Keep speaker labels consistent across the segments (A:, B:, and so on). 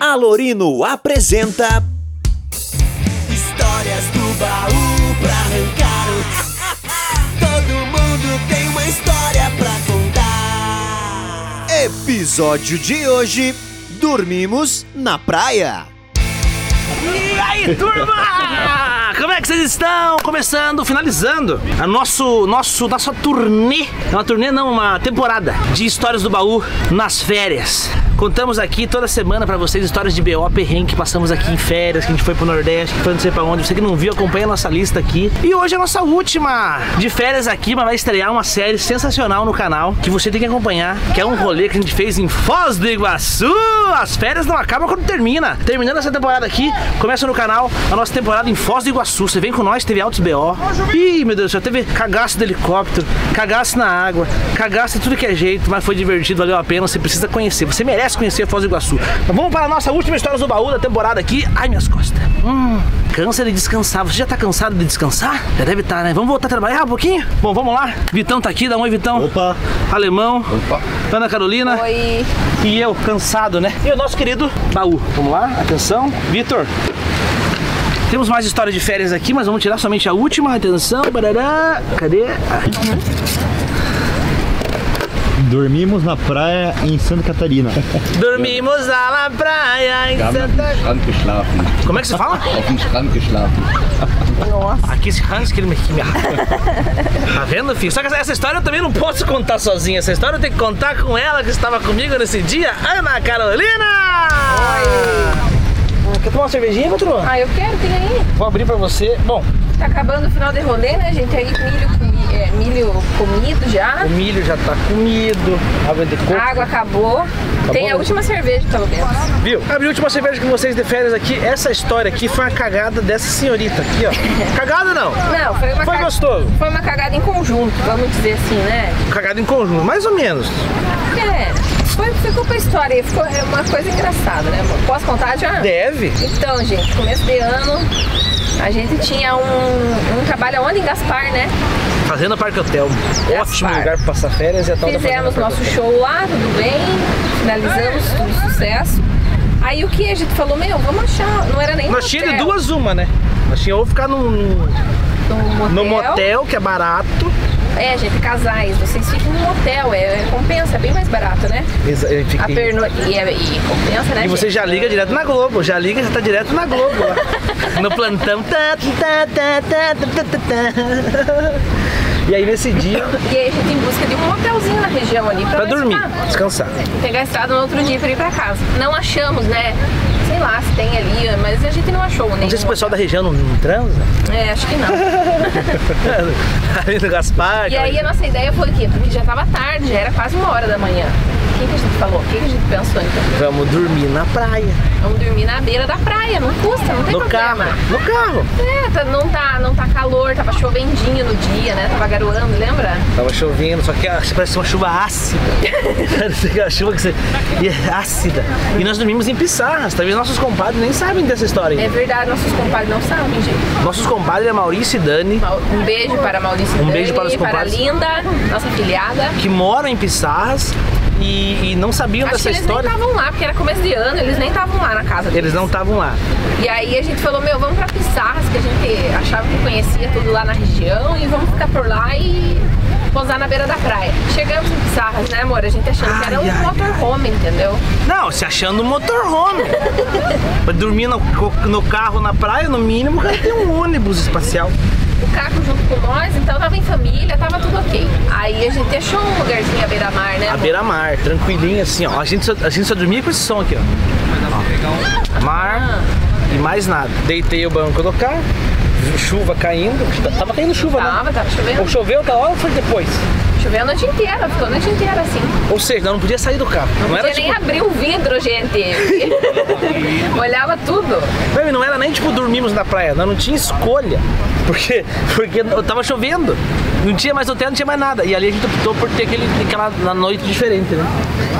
A: Alorino apresenta.
B: Histórias do baú pra arrancar. Todo mundo tem uma história pra contar.
A: Episódio de hoje: Dormimos na praia.
C: E aí, turma! Como é que vocês estão? Começando, finalizando a nosso, nosso, nossa turnê. É uma turnê, não, uma temporada de histórias do baú nas férias. Contamos aqui toda semana pra vocês histórias de BO perrengue que passamos aqui em férias, que a gente foi pro Nordeste, que foi não sei pra onde. Você que não viu, acompanha a nossa lista aqui. E hoje é a nossa última de férias aqui, mas vai estrear uma série sensacional no canal que você tem que acompanhar, que é um rolê que a gente fez em Foz do Iguaçu. As férias não acabam quando termina. Terminando essa temporada aqui, começa no canal a nossa temporada em Foz do Iguaçu. Você vem com nós, teve altos BO. Ih, meu Deus do céu, teve cagaço do helicóptero, cagaço na água, cagaço de tudo que é jeito, mas foi divertido, valeu a pena. Você precisa conhecer, você merece conhecer Foz do Iguaçu. Mas vamos para a nossa última história do baú da temporada aqui. Ai, minhas costas. Hum, cansa de descansar. Você já tá cansado de descansar? Já deve estar, né? Vamos voltar a trabalhar um pouquinho? Bom, vamos lá. Vitão tá aqui, dá um oi, Vitão.
A: Opa.
C: Alemão. Ana Carolina.
D: Oi.
C: E eu, cansado, né? E o nosso querido baú. Vamos lá, atenção. Vitor. Temos mais história de férias aqui, mas vamos tirar somente a última. Atenção. Barará. Cadê? Ah,
E: Dormimos na praia em Santa Catarina.
C: Dormimos lá na praia em
F: Wir haben auf
C: Santa...
F: dem Strand geschlafen.
C: Como é que se fala?
F: Auf dem Strand geschlafen.
C: Aqui esse Hans que ele me... que me- Tá vendo, filho? Só que essa- essa história eu também não posso contar sozinha. Essa história eu tenho que contar com ela que estava comigo nesse dia, Ana Carolina! Oi! Quer tomar uma cervejinha, patroa?
D: Ah, eu quero, tem aí.
C: Vou abrir pra você. Bom,
D: Tá acabando o final de rolê, né, gente? Aí milho, comi- é, milho comido já.
C: O milho já tá comido, água de coco.
D: A água acabou. tem a
C: né?
D: última cerveja, pelo menos.
C: Viu? A minha última cerveja com vocês de férias aqui, essa história aqui foi uma cagada dessa senhorita aqui, ó. Cagada não,
D: Não, foi uma
C: Foi
D: caga-
C: gostoso.
D: Foi uma cagada em conjunto, vamos dizer assim, né?
C: cagada em conjunto, mais ou menos.
D: É. Foi, ficou pra história, aí, ficou é uma coisa engraçada, né? amor? Posso contar já?
C: Deve.
D: Então, gente, começo de ano, a gente tinha um, um trabalho onde em Gaspar, né?
C: Fazenda Parque Hotel. Ótimo
D: Gaspar.
C: lugar Então, pra passar férias e a tal da
D: Fizemos
C: Fazenda Parque
D: nosso show lá, tudo bem, finalizamos tudo sucesso. Aí o que a gente falou, meu, vamos achar, não era nem
C: Nós
D: hotel,
C: tínhamos de duas uma, né? Nós tínhamos ou ficar num, num-
D: no motel.
C: num motel, que é barato.
D: É, gente, casais, vocês ficam no motel, é, é compensa, é bem mais barato, né?
C: Exa- e fica-
D: A perno... e, é- e compensa, né?
C: E você
D: gente?
C: já liga direto na Globo, já liga, já tá direto na Globo lá. No plantão. Tá, tá, tá, tá, tá, tá, tá, tá. E aí nesse dia,
D: E aí a gente em busca de um motelzinho na região ali pra,
C: pra
D: nós
C: dormir,
D: ficar.
C: descansar.
D: pegar a estrada no outro dia pra ir pra casa. Não achamos, né? Sei lá se tem ali, mas a gente não achou nem.
C: Não sei se o pessoal da região não, não transa.
D: É, acho que não.
C: Ali no Gaspar.
D: E aí a nossa ideia foi o quê? Porque já tava tarde, já era quase uma hora da manhã. O que, que a gente falou? O que, que a gente pensou então?
C: Vamos dormir na praia.
D: Vamos dormir na beira da praia, não custa, não tem
C: No carro.
D: problema.
C: No carro.
D: É, tá- não tá, não tá calor, tava chovendinho no dia, né? Tava garoando, lembra?
C: Tava chovendo, só que ah, parece uma chuva ácida. Parece aquela chuva que você. E é ácida. E nós dormimos em Pissarras. Talvez nossos compadres nem sabem dessa história.
D: É
C: ainda.
D: verdade, nossos compadres não sabem, gente.
C: Nossos compadres é Maurício e Dani.
D: Mau- Um beijo para Maurício
C: Um
D: Dani,
C: beijo para os compadres.
D: a Linda, nossa filhada.
C: que moram em Pissarras e, e não sabiam
D: Acho que
C: dessa
D: eles
C: história.
D: nem estavam lá, porque era começo de ano, eles nem estavam lá na casa.
C: Eles
D: deles.
C: não estavam lá.
D: E aí a gente falou, meu, vamos pra Pissarras, que a gente achava que conhecia tudo lá na região, e vamos ficar por lá e pousar na beira da praia. Chegamos em Pissarras, né, amor? A gente achando que era
C: Ai, ai,
D: um motorhome, entendeu?
C: Não, se achando um motorhome. pra dormir no, co- no carro na praia, no mínimo, cara, tem um ônibus espacial.
D: O Caco junto com nós, então tava em família, tava tudo ok. Aí a gente achou um lugarzinho à beira-mar, né?
C: À
D: amor?
C: beira-mar, tranquilinho assim, ó. A gente, só, a gente só dormia com esse som aqui, ó. Ó. Mar e mais nada. Deitei o banco do carro, chuva caindo. Tava caindo chuva, né?
D: Tava, tava
C: Ou
D: chovendo.
C: choveu da hora ou foi depois?
D: Choveu a noite inteira, ficou a noite inteira assim.
C: Ou seja, não podia sair do carro. Não,
D: Não
C: era
D: podia nem
C: tipo,
D: abrir o vidro, gente. Olhava tudo.
C: Não, e não era nem tipo dormimos na praia, não, não tinha escolha. Porque, porque tava chovendo. Não tinha mais hotel, não tinha mais nada. E ali a gente optou por ter aquele, aquela na noite diferente, né?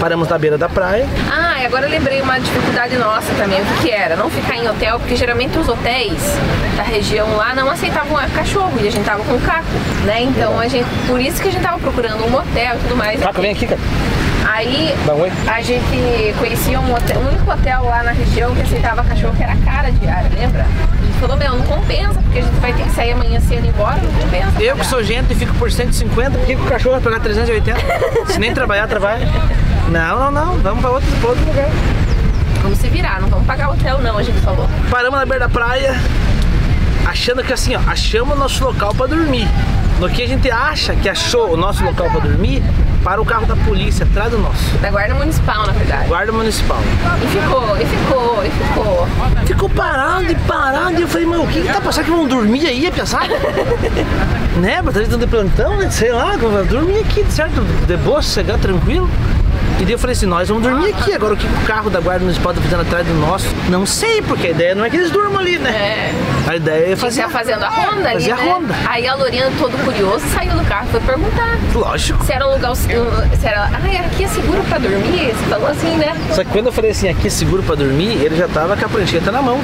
C: Paramos na beira da praia.
D: Ah, e agora eu lembrei uma dificuldade nossa também. O que, que era? Não ficar em hotel, porque geralmente os hotéis da região lá não aceitavam ah, cachorro e a gente tava com caco, né? Então a gente. Por isso que a gente tava procurando um motel e tudo mais.
C: Caco, vem aqui, cara.
D: Aí
C: Dá um oi.
D: a gente conhecia um, hotel, um único hotel lá na região que aceitava cachorro, que era cara de diária, lembra? A gente falou, meu, não compensa, porque a gente vai ter que sair amanhã cedo e ir embora, não compensa.
C: Eu que sou gente e fico por 150, por que que o cachorro vai pagar 380? Se nem trabalhar, trabalha. Não, não, não, vamos pra outro, pra outro lugar.
D: Vamos se virar, não vamos pagar hotel não, a gente falou.
C: Paramos na beira da praia, achando que assim, ó, achamos o nosso local pra dormir. No que a gente acha que achou o nosso local pra dormir, para o carro da polícia atrás do nosso.
D: Da guarda municipal, na verdade.
C: Guarda municipal.
D: E ficou, e ficou, e ficou.
C: Ficou parando e parando. E eu falei, mas o que, que tá passando? Que vão dormir aí, a piaçada? né? Mas eles estão de plantão, né? Sei lá, vão dormir aqui, de certo? De boa, sossegar, tranquilo. E daí eu falei assim, nós vamos dormir aqui. Agora o que que o carro da guarda municipal tá fazendo atrás do nosso? Não sei, porque a ideia não é que eles durmam ali, né?
D: É,
C: A ideia é fazer.
D: fazia fazendo a ronda ali,
C: Fazer a
D: né?
C: ronda.
D: Aí a Loriano, todo curioso, saiu do carro e foi perguntar.
C: Lógico.
D: Se era um lugar, se era, ah, era aqui é seguro pra dormir? Você falou assim, né?
C: Só que quando eu falei assim, aqui é seguro pra dormir, ele já tava com a prancheta na mão.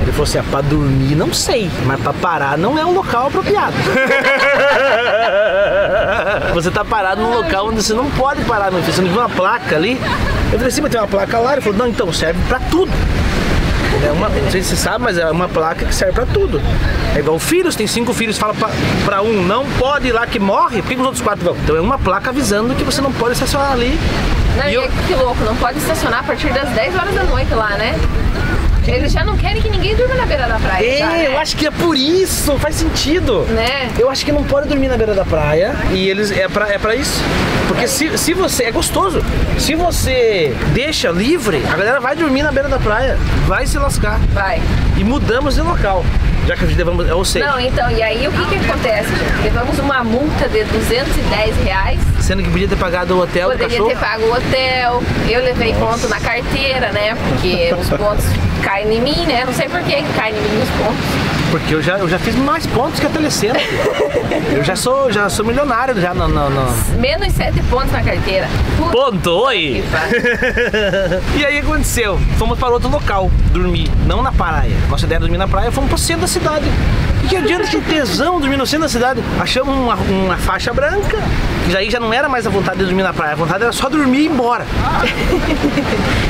C: Ele falou assim, ah, pra dormir não sei, mas pra parar não é um local apropriado. Você tá parado num local onde você não pode parar, meu filho. Você não viu uma placa ali? Eu falei assim, mas tem uma placa lá? Ele falou, não, então serve pra tudo. É uma, não sei se você sabe, mas é uma placa que serve pra tudo. É igual filhos, tem cinco filhos, fala pra, pra um, não pode ir lá que morre, por que que os outros quatro vão? Então é uma placa avisando que você não pode estacionar ali.
D: Não,
C: E
D: e é
C: eu-
D: que louco, não pode estacionar a partir das 10 horas da noite lá, né? Eles já não querem que ninguém durma na beira da praia. já,
C: É,
D: né?
C: eu acho que é por isso, faz sentido.
D: Né?
C: Eu acho que não pode dormir na beira da praia e eles é pra, é pra isso. Porque se, se você. É gostoso. Se você deixa livre, a galera vai dormir na beira da praia, vai se lascar.
D: Vai.
C: E mudamos de local. Já que a gente levamos. Ou seja,
D: Não, então, e aí o que que acontece, gente? Levamos uma multa de 210 reais.
C: sendo que podia ter pagado o hotel Tá do
D: Poderia
C: cachorro.
D: ter pago o hotel, eu levei ponto na carteira, né? Porque os pontos caem em mim, né? Não sei por que caem em mim os pontos.
C: Porque eu já, eu já fiz mais pontos que a Telecena. filho. eu já sou, já sou milionário já no. no, no...
D: Menos 7 pontos na carteira. Puta
C: Ponto, oi!
D: que pariu.
C: E aí aconteceu, fomos para outro local dormir, não na praia. Nossa ideia era dormir na praia, fomos pro centro da cidade. E que adianta que tesão dormir no centro da cidade? Achamos uma, uma faixa branca, que daí já não era mais a vontade de dormir na praia, a vontade era só dormir e ir embora.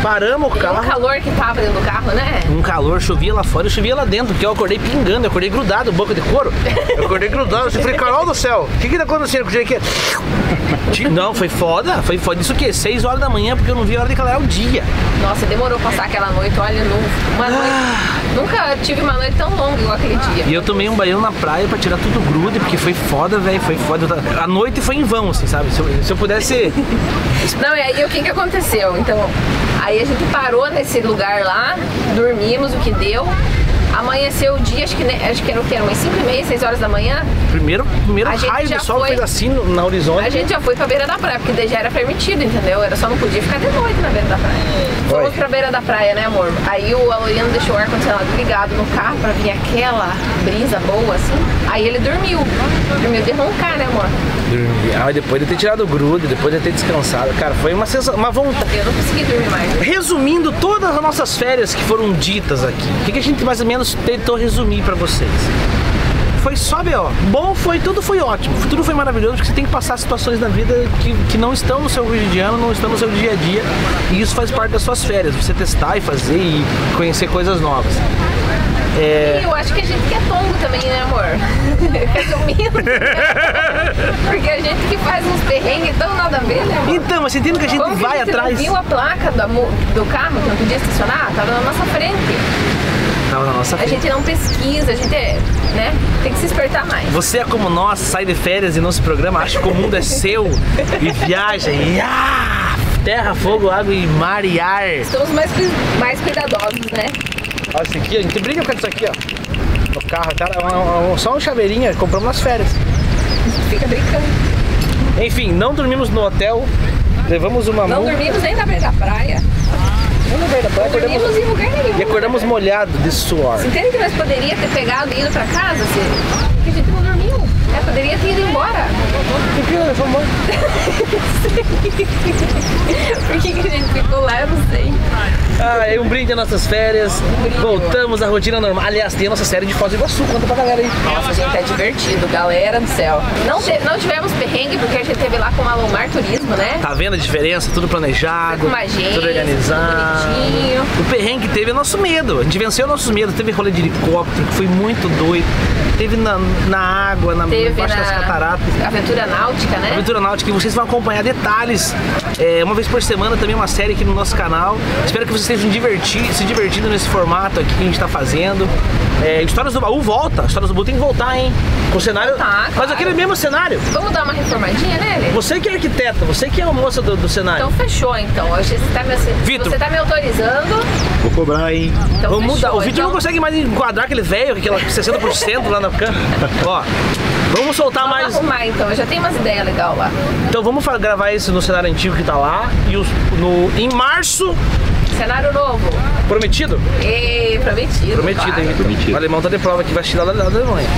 C: Paramos o
D: E o
C: carro.
D: É um calor que tava dentro do carro, né?
C: Um calor, chovia lá fora, eu chovia lá dentro, porque eu acordei pingando, eu acordei grudado, boca de couro. Eu acordei grudado, eu falei, Carol do céu, o que que tá acontecendo com o jeito que Não, foi foda, foi foda. Isso o quê? 6 horas da manhã, porque eu não vi a hora de clarear o dia.
D: Nossa, demorou passar aquela noite, olha, nu- uma noite. Nunca tive uma noite tão longa igual aquele dia.
C: E eu tomei um banho na praia pra tirar tudo grude, porque foi foda, velho, foi foda. Eu tava- A noite foi em vão, assim, sabe? Se eu, se eu pudesse.
D: Não, e aí o que que aconteceu? Então, aí a gente parou nesse lugar lá, dormimos o que deu. Amanheceu o dia, acho que, né, acho que era o que? Era umas 5 e meia, 6 horas da manhã.
C: Primeiro, primeiro
D: A gente
C: raio
D: já
C: do sol
D: foi.
C: fez assim no, na horizonte.
D: A gente já foi pra beira da praia, porque daí já era permitido, entendeu? Era só não podia ficar de noite na beira da praia. Fomos pra beira da praia, né, amor? Aí o Aloriano deixou o ar-condicionado ligado no carro pra vir aquela brisa boa, assim. Aí ele dormiu. Dormiu de roncar, né, amor?
C: Dormi. Ah, depois de ter tirado o grude, depois de ter descansado. Cara, foi uma sensação, uma vontade.
D: Eu não consegui dormir mais.
C: Resumindo todas as nossas férias que foram ditas aqui, o que, que a gente mais ou menos tentou resumir pra vocês? Foi só B.O. Bom foi, tudo foi ótimo, tudo foi maravilhoso, porque você tem que passar situações na vida que, que não estão no seu cotidiano, não estão no seu dia a dia, e isso faz parte das suas férias, você testar e fazer e conhecer coisas novas.
D: E eu acho que a gente que é tongo também, né, amor? Resumindo. Porque a gente que faz uns perrengues tão nada a ver, né, amor?
C: Então, mas entendo que a gente
D: Como que
C: vai
D: a gente não
C: atrás.
D: viu a placa do, amu- do carro que não podia estacionar? Tava na nossa frente.
C: Tava na nossa
D: A
C: frente.
D: gente não pesquisa, a gente é, né? Tem que se espertar mais.
C: Você é como nós, sai de férias e não se programa, acha que o mundo é seu e viaja e ah, terra, fogo, água e mar e ar.
D: Somos mais, cui- mais cuidadosos, né?
C: Olha isso aqui, a gente briga por causa disso aqui, ó. No carro, cara, um- um- um- só um chaveirinho, compramos nas férias.
D: Fica brincando.
C: Enfim, não dormimos no hotel, levamos uma
D: Não
C: multa.
D: dormimos nem na beira da praia.
C: Não, na verdade,
D: Não
C: acordamos-
D: dormimos em lugar nenhum.
C: E acordamos molhado de suor.
D: Você entende que nós poderia ter pegado e ido pra casa, assim? Porque a gente não dormiu. né? poderia ter ido embora.
C: Por que levou molhado?
D: Por que, que a gente ficou lá, eu não sei.
C: Ah, é um brinde às nossas férias. Voltamos à rotina normal. Aliás, tem a nossa série de Foz do Iguaçu. Conta pra galera aí.
D: Nossa, gente, é divertido, galera do céu. Não, te- não tivemos perrengue porque a gente teve lá com a Lomar Turismo, né?
C: Tá vendo a diferença? Tudo planejado,
D: Com uma agência,
C: tudo organizado.
D: tudo bonitinho.
C: O perrengue que teve é nosso medo. A gente venceu nossos medos. Teve rolê de helicóptero, que foi muito doido. Teve na, na água, na,
D: Teve
C: embaixo Tá, das
D: na
C: cataratas.
D: Aventura Náutica, né?
C: Aventura Náutica, e vocês vão acompanhar detalhes é, uma vez por semana também uma série aqui no nosso canal. Espero que vocês estejam diverti- se divertindo nesse formato aqui que a gente está fazendo. É, Histórias do Baú volta, Histórias do Baú tem que voltar, hein? Com o cenário.
D: Tá, claro.
C: Mas aquele mesmo cenário.
D: Vamos dar uma reformadinha nele?
C: Você que é arquiteta, você que é a moça do, do cenário.
D: Então fechou, então. Hoje você tá me, assim,
C: Vitor.
D: você tá me autorizando.
E: Vou cobrar, hein?
D: Então
C: Vamos mudar.
D: fechou,
C: O Vitor
D: então.
C: não consegue mais enquadrar aquele velho, aquela 60% lá na câmera. Ó, vamos soltar
D: Vamos
C: mais.
D: arrumar, então. Eu já tenho umas ideias legais lá.
C: Então vamos fa- gravar isso no cenário antigo que tá lá. E os- no, em março,
D: Cenário novo.
C: prometido?
D: E prometido.
C: Prometido, hein?
D: claro.
F: Prometido.
C: O alemão tá de prova que vai tirar lá da Alemanha.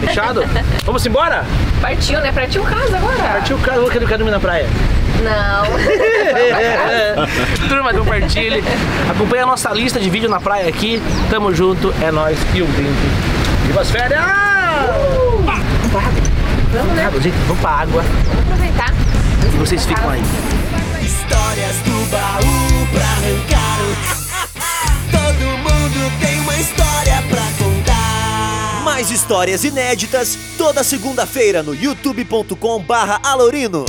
C: Fechado? Vamos embora?
D: Partiu, né? Partiu casa agora.
C: Tio Carlos, que ele quer dormir na praia.
D: Não.
C: Turma, compartilhe. Acompanhe a nossa lista de vídeo na praia aqui. Tamo junto, é nóis e um brinde. Viva as férias!
D: Vamos, né?
C: Gente, Uh! vamos pra água
D: Vamos aproveitar.
C: e vocês ficam aí.
B: Histórias do baú pra arrancar. Todo mundo tem uma história pra contar.
A: Mais histórias inéditas toda segunda-feira no youtube.com/alorino.